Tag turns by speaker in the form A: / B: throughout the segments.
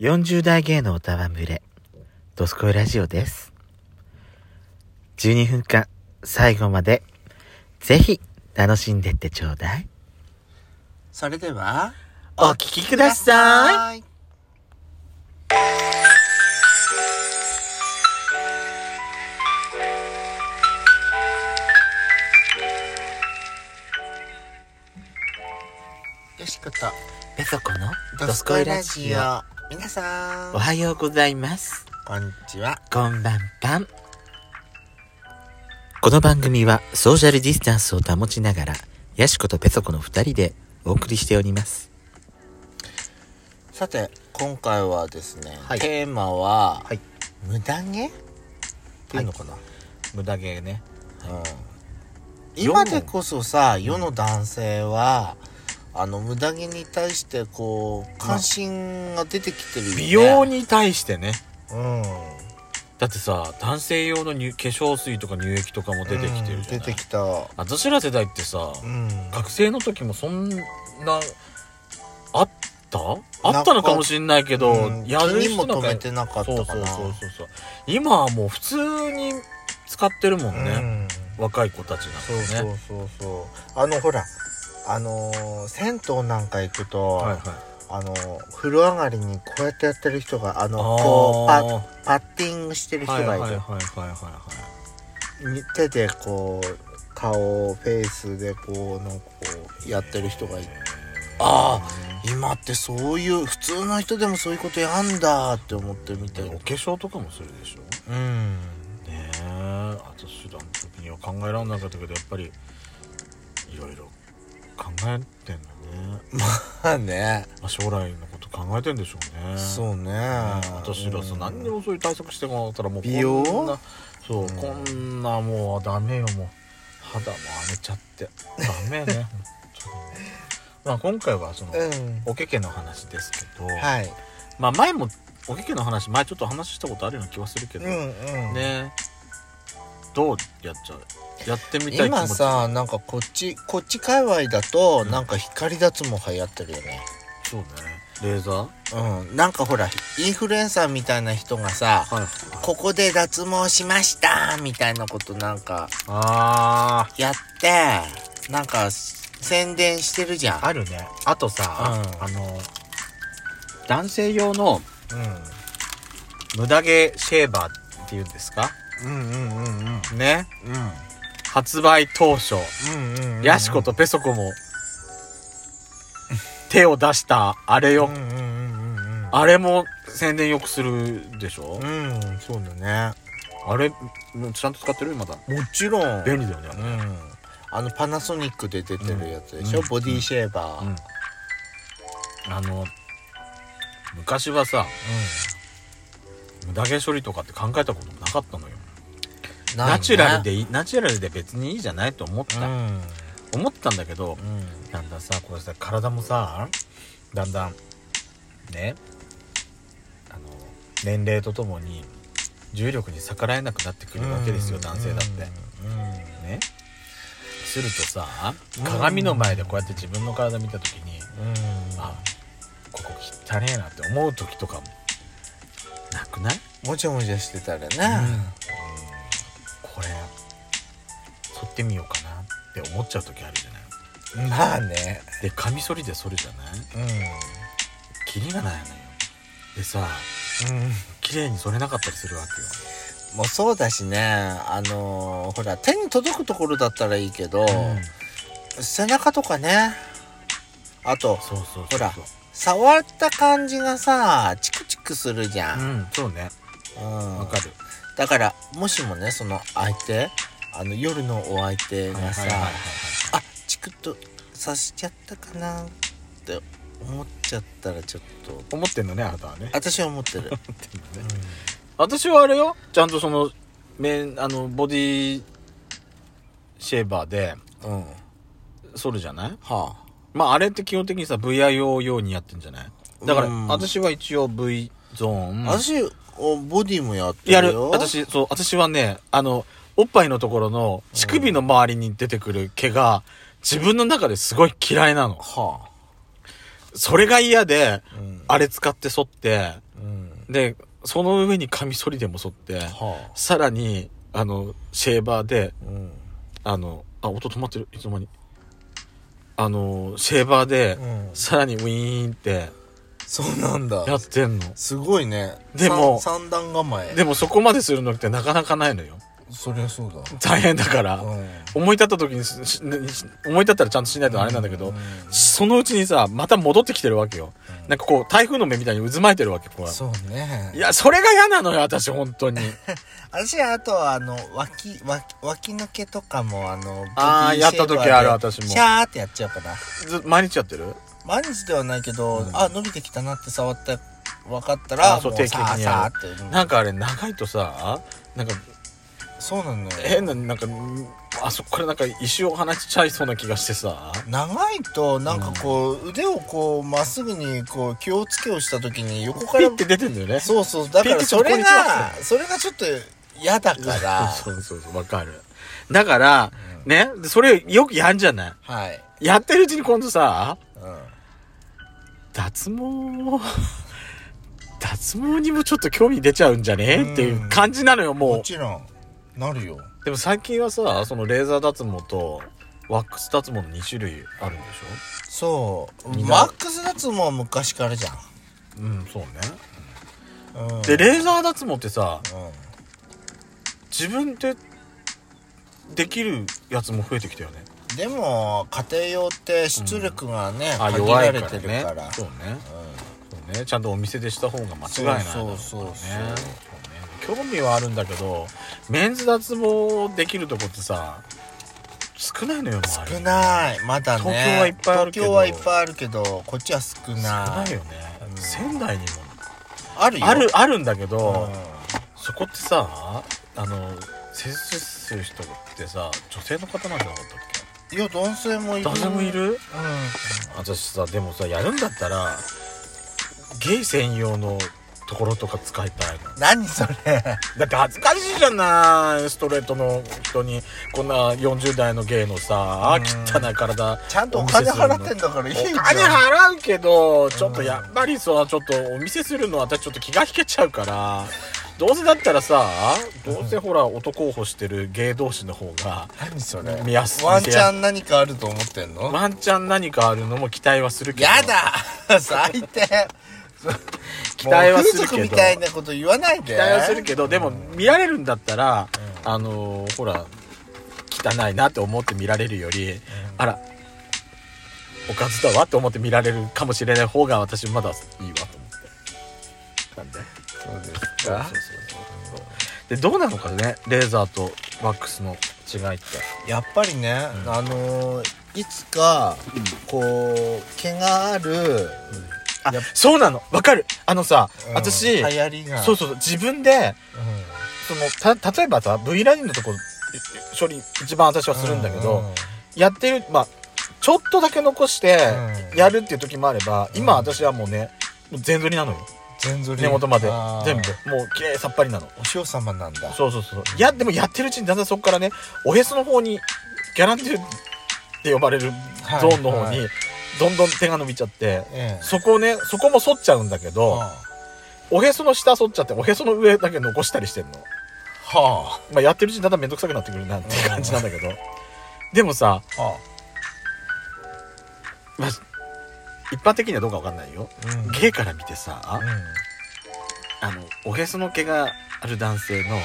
A: 40代芸の歌は群れ、ドスコイラジオです。12分間、最後まで、ぜひ、楽しんでってちょうだい。
B: それでは、
A: お聞きください。
B: い。よしこと、
A: ペソコの
B: ドスコイラジオ。皆さん、
A: おはようございます。
B: こんにちは。
A: こんばんぱん。この番組は、ソーシャルディスタンスを保ちながら、ヤシコとペソコの2人でお送りしております。
B: さて、今回はですね、
A: はい
B: テーマは、
A: はい
B: 無駄毛っていうのかな、
A: 無駄芸ね。
B: うん今でこそさ世の男性は、あの無駄毛に対してこう関心が出てきてるよね
C: 美容に対してね
B: うん
C: だってさ男性用の乳化粧水とか乳液とかも出てきてるじゃない、
B: うん出てきたう
C: 私ら世代ってさ、
B: ん
C: 学生の時もそんなあったあったのかもしんないけど、
B: うん
C: やる
B: 気にも
C: 人なん
B: 止
C: か
B: めてなかった
C: そう
B: か
C: そう
B: な
C: そうそうそう今はもう普通に使ってるもん
B: う
C: ね、
B: ん
C: 若い子たち
B: そう
C: な
B: そ
C: んかね
B: うそうそうあのほらあのー銭湯なんか行くと、
C: はいはい
B: あのー風呂上がりにこうやってやってる人があの
C: あー
B: こうパッパッティングしてる人がいる、
C: はいはいはいはいはい
B: 手でこう顔をフェイスでこうなんかこうやってる人がいてああ今ってそういう普通の人でもそういうことやんだって思ってみて
C: お化粧とかもするでしょ
B: うん
C: ねえあと手段の時には考えられなかったけどやっぱりいろいろ考えてんのね、
B: まあね
C: まあ、将来のこと考えてんでしょうねう
B: そうね
C: 私らさ、何にもそういう対策してもらったらもう
B: 美容
C: こんなそう、
B: うん
C: こんなもうダメよもう肌も荒れちゃってダメね本当にねまあ今回はその、
B: うん
C: おけけの話ですけど、
B: はい
C: まあ前もおけけの話前ちょっと話したことあるような気はするけ
B: う
C: ど、
B: んうん
C: ねどうやっちゃうやってみたい気持ち
B: 今さなんかこっちこっち界隈だとなんか光脱毛流行ってるよね
C: そうねレーザーは
B: うんなんかほらインフルエンサーみたいな人がさ
C: い
B: ここで脱毛しましたみたいなことなんか
C: あ
B: やってなんか宣伝してるじゃん
C: あるねあとさ、
B: うん
C: あの男性用の
B: う
C: ムダ毛シェーバーっていうんですか
B: んうんうんうんうん
C: ね発売当初
B: うんうんうん
C: ヤシコとペソコも手を出したあれよ、
B: うんうんうんうん
C: あれも宣伝よくするでしょ、
B: うんうんそうだね
C: あれもうちゃんと使ってるまだ
B: もちろん
C: 便利だよね
B: うんあのパナソニックで出てるやつでしょ、
C: うん
B: ボディシェーバー、
C: うんあの昔はさ無駄毛処理とかって考えたことなかったのよ、
B: ないね
C: ナチュラルでいいナチュラルで別にいいじゃないと思っ
B: う
C: た、
B: ん
C: 思ったんだけど
B: うん
C: だんだんさこうさ体もさだんだんねあの年齢とともに重力に逆らえなくなってくるわけですよ、男性だって、
B: うんうん
C: ねするとさ鏡の前でこうやって自分の体見た時に、あここ汚ねえなって思う時とかもなくない、
B: もちゃもちゃしてたらね、
C: これ剃ってみようかなって思っちゃう時あるじゃない
B: まあね
C: でカミソリで剃るじゃない
B: うん
C: キリがないのよでさ
B: うん
C: 綺麗に剃れなかったりするわけよ
B: もうそうだしねあのーほら手に届くところだったらいいけど、背中とかねあと
C: そうそうそう
B: ほら触った感じがさチクチクするじゃ、
C: うんんそうね
B: うん
C: わかる
B: だからもしもねその相手あの夜のお相手がさ、あチクッとさしちゃったかなって思っちゃったらちょっと
C: 思ってんのねあなたはね
B: 私は思って る、
C: 私はあれよちゃんとその面あのボディシェーバーで
B: うん、うんは
C: 剃るじゃない
B: あ
C: まああれって基本的にさ VIO 用にやってんじゃないだから
B: うん
C: 私は一応 V ゾーン
B: 私おボディもやってるよ
C: やる私そう私はねあのおっぱいのところの乳首の周りに出てくる毛が自分の中ですごい嫌いなの
B: は
C: それが嫌で
B: あ、うん
C: あれ使って剃ってでその上にカミソリでも剃って
B: は
C: さらにあのシェーバーで
B: あうん
C: あのあ音止まってるいつの間にあのシェーバーで、
B: うん
C: さらにウィーンって
B: そうなんだ
C: やってんの
B: すごいね
C: でも
B: さん三段構え
C: でもそこまでするのってなかなかないのよ
B: そりゃそうだ
C: 大変だから、
B: うん
C: 思い立った時にししし思い立ったらちゃんとしないとあれなんだけど、
B: うん
C: そのうちにさまた戻ってきてるわけよ、
B: うん
C: なんかこう台風の目みたいに渦巻いてるわけこう
B: そうね
C: いやそれが嫌なのよ私本 当に
B: 私はあとはあの脇脇脇抜けとかもあの
C: あ
B: ボ
C: ー
B: ディシェーバーで
C: やった時ある私も
B: シャーってやっちゃうかな
C: ず毎日やってる
B: 毎日ではないけど、
C: うん
B: あ伸びてきたなって触って分かったら
C: あそう
B: も
C: 定
B: う
C: 期
B: さ
C: 的
B: あ
C: に
B: さ
C: や
B: あって、うん
C: なんかあれ長いとさなんか
B: そうなのよ
C: 変ななんかんあそこからなんか石を放しちゃいそうな気がしてさ
B: 長いとなんかこう、腕をこうまっすぐにこう気をつけをした時に横か
C: ピ
B: ら
C: ッて出てんだよね
B: そうそうだから
C: ピッて
B: それ
C: そこに来ま
B: がそれがちょっと嫌だから
C: そうそうそうわかるだから、ねでそれよくやんじゃない
B: はい、
C: やってるうちに今度さ
B: うん、
C: 脱毛脱毛にもちょっと興味出ちゃうんじゃね、
B: うん
C: っていう感じなのよ
B: も
C: も
B: ちろんなるよ
C: うでも最近はさそのレーザー脱毛とワックス脱毛の2種類あるんでし
B: そう
C: みんな
B: マックス脱毛は昔からじゃ
C: ょうんそうね
B: ん、うん、
C: でレーザー脱毛ってさ
B: うん
C: 自分でできるやつも増えてきたよね
B: でも家庭用って出力がね、
C: あ
B: 限
C: 弱
B: ら
C: い
B: れ
C: か
B: て
C: ら
B: る
C: ね
B: から
C: そうね
B: うん
C: そうねちゃんとお店でした方が間違いないだろね
B: そうそうそうそう
C: ねそうね興味はあるんだけどメンズ脱毛できるとこってさ少ないのよ周り
B: 少ないまだね
C: 東京はいっぱいあるけど
B: 東京はいっぱいあるけどこっちは少ない
C: 少ないよね、
B: うん
C: 仙台にも
B: あるよ
C: あるあるんだけ
B: う
C: ど、
B: ん
C: そこってさあの施術する人ってさ女性の方なんじゃなかったっ
B: いや男性もい
C: け
B: る
C: 男性もいる
B: う
C: 私さでもさやるんだったらゲイ専用のところとか使いたいの
B: ん何それ
C: だって恥ずかしいじゃないストレートの人にこんな40代のゲイのさ
B: うん
C: 汚い体
B: ちゃんとお金払ってんだからいい
C: お
B: じゃん
C: 金払うけどちょっと
B: うん
C: やっぱりさちょっとお見せするの私ちょっと気が引けちゃうからどうせだったらさどうせほら男を欲してる芸同士の方が
B: 何それ
C: 見やすい
B: ワンチャン何かあると思ってんの、
C: ワンチャン何かあるのも期待はするけど
B: やだ 最低
C: 期待はするけど
B: もう風俗みたいなこと言わないで
C: 期待はするけどでも見られるんだったら
B: うん
C: あのほら汚いなって思って見られるよりあらおかずだわって思って見られるかもしれない方が私まだいいわと思ってなんで
B: そうです
C: そう
B: か
C: そうそうそうでどうなのかねレーザーとワックスの違いって
B: やっぱりね、
C: うん
B: あのーいつか、こう毛がある、
C: あ
B: やっ
C: そうなのわかるあのさ、
B: うん
C: 私
B: 流行りが
C: そうそうそう自分で
B: う
C: そのた例えばさ V ラインのとこ処理一番私
B: ん
C: はするんだけど、
B: うう
C: やってるまあちょっとだけ残して
B: うん
C: やるっていう時もあれば、今
B: うん
C: 私はもうねもう全取りなのよ
B: 全ぞり
C: 根元まで
B: あー
C: 全部もう綺麗さっぱりなの
B: お塩様なんだ
C: そうそうそういやでもやってるうちにだんだんそこからねおへその方にギャランドゥって呼ばれる
B: はい
C: ゾーンの方
B: は
C: に
B: い
C: どんどん手が伸びちゃって、
B: ええ
C: そこをねそこも反っちゃうんだけど、
B: は
C: おへその下反っちゃっておへその上だけ残したりしてんの、
B: あは
C: まあ、やってるうちにだんだん面倒くさくなってくるなっていう感じなんだけど、でもさ、
B: あ
C: まあ、一般的にはどうかわかんないよ
B: うん
C: ゲイから見てさ、
B: う
C: あのおへその毛がある男性の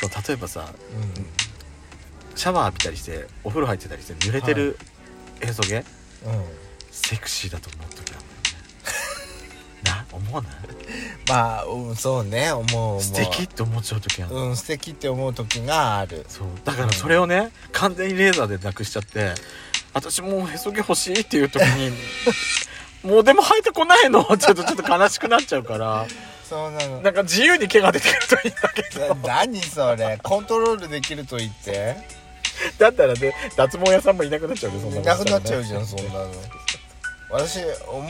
C: そう例えばさ
B: んうん
C: シャワー浴びたりしてお風呂入ってたりして濡れてるへそ毛、
B: うん
C: セクシーだと思う時ある んだよねな思わない
B: まあ、うん、そうね思う思う
C: 素敵って思っちゃう時ある、
B: うん素敵って思う時がある
C: そうだからそれをね完全にレーザーでなくしちゃって私もうへそ毛欲しいっていう時 にもうでも生えてこないのちょっとちょっと悲しくなっちゃうから
B: そうなの
C: なんか自由に毛が出てくるといいんだけど
B: 何それコントロールできると言って
C: だったらね脱毛屋さんもいなくなっちゃうねそん
B: い
C: こ
B: な
C: と
B: く
C: した
B: な
C: らね
B: っちゃうじゃんそんなの私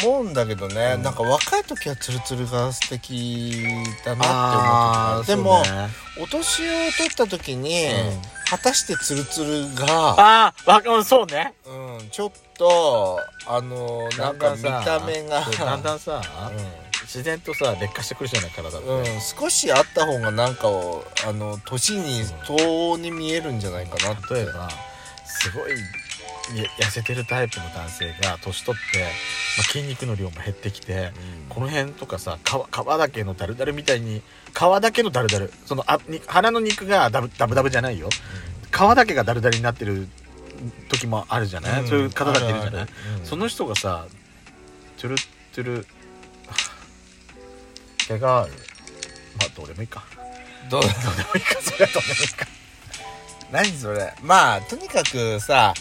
B: 思うんだけどね、なんか若い時はツルツルが素敵だな
C: あ
B: って
C: ー
B: 思う時
C: そう
B: がある
C: ね
B: でもお年を取った時に、
C: うん
B: 果たしてツルツルが、
C: ああ、わかん、そうね。
B: うん、ちょっとあのなんか見た目が
C: そうだんだんさ、
B: うん
C: 自然とさ劣化してくるじゃない体って、
B: うん、少しあった方がなんかをあの年に遠に見えるんじゃないかなって
C: 例えばすごいや痩せてるタイプの男性が年取って、まあ、筋肉の量も減ってきて、この辺とかさ皮皮だけのダルダルみたいに皮だけのダルダルそのあに腹の肉がダブダブダブじゃないよ皮だけがダルダルになってる時もあるじゃない、
B: うん
C: そういう方だっているじ
B: あ
C: ゃない
B: るあるうん
C: その人がさトゥルトゥル毛があるまあどうでもいいか
B: どう
C: どうでもいいかそれはどうでもいいか
B: 何それまあとにかくさ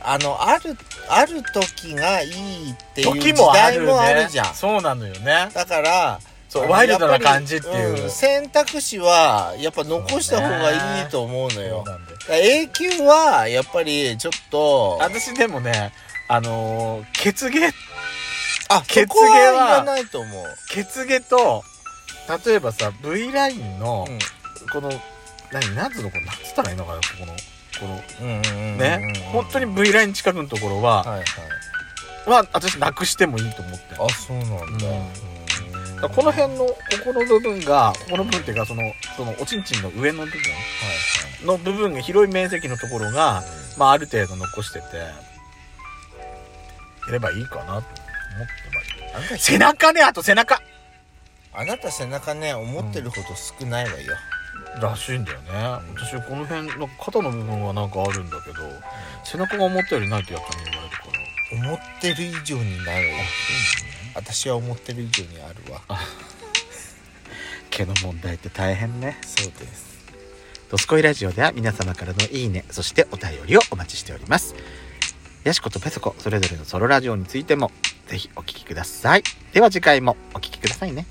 B: あのあるある時がいいっていう時
C: 時もあ
B: 代
C: る,、ね、
B: もあるじゃん
C: そうなのよね
B: だから
C: そう
B: あの
C: ワイルドな感じっていう
B: やぱりん選択肢はやっぱ残した方がいいと思うのよ
C: そうなんだよ
B: だから永久はやっぱりちょっと
C: 私でもねあのー、血毛
B: あ
C: 血
B: そこは
C: 芸はい
B: らないと思う、
C: 血毛と例えばさ V ラインの
B: うん
C: この、何なんつうのこれなんつったらいいのかなここのこの
B: うんうんうんうん
C: ね、本当に V ライン近くのところは、
B: はいはい
C: まあ私なくしてもいいと思ってる
B: あそうなんだ、
C: うん
B: うん
C: だからこの辺のここの部分がここの部分っていうかそのそのおちんちんの上の部分
B: は
C: の部分が広い面積のところ
B: い
C: が、
B: はい
C: まあ、ある程度残しててやればいいかなと思ってま
B: あ
C: す
B: んた
C: 背中ねあと背中
B: あなた背中ね思ってるほど少ないわよ、
C: らしいんだよね私この辺の肩の部分はなんかあるんだけど背中が思ったよりないってやつに言われるから
B: 思ってる以上になるわ私は思ってる以上にあるわ
A: 毛の問題って大変ね
B: そうです
A: ドスコイラジオでは皆様からのいいねそしてお便りをお待ちしておりますヤシコとペソコそれぞれのソロラジオについてもぜひお聞きくださいでは次回もお聞きくださいね